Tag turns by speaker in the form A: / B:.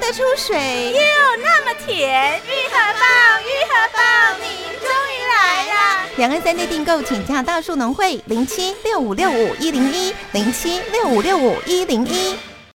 A: 得出水，
B: 又那么甜。
C: 愈合棒，愈合棒，您终于来了！
A: 两岸三地订购，请洽大树农会零七六五六五一零一零七六五六五一零一。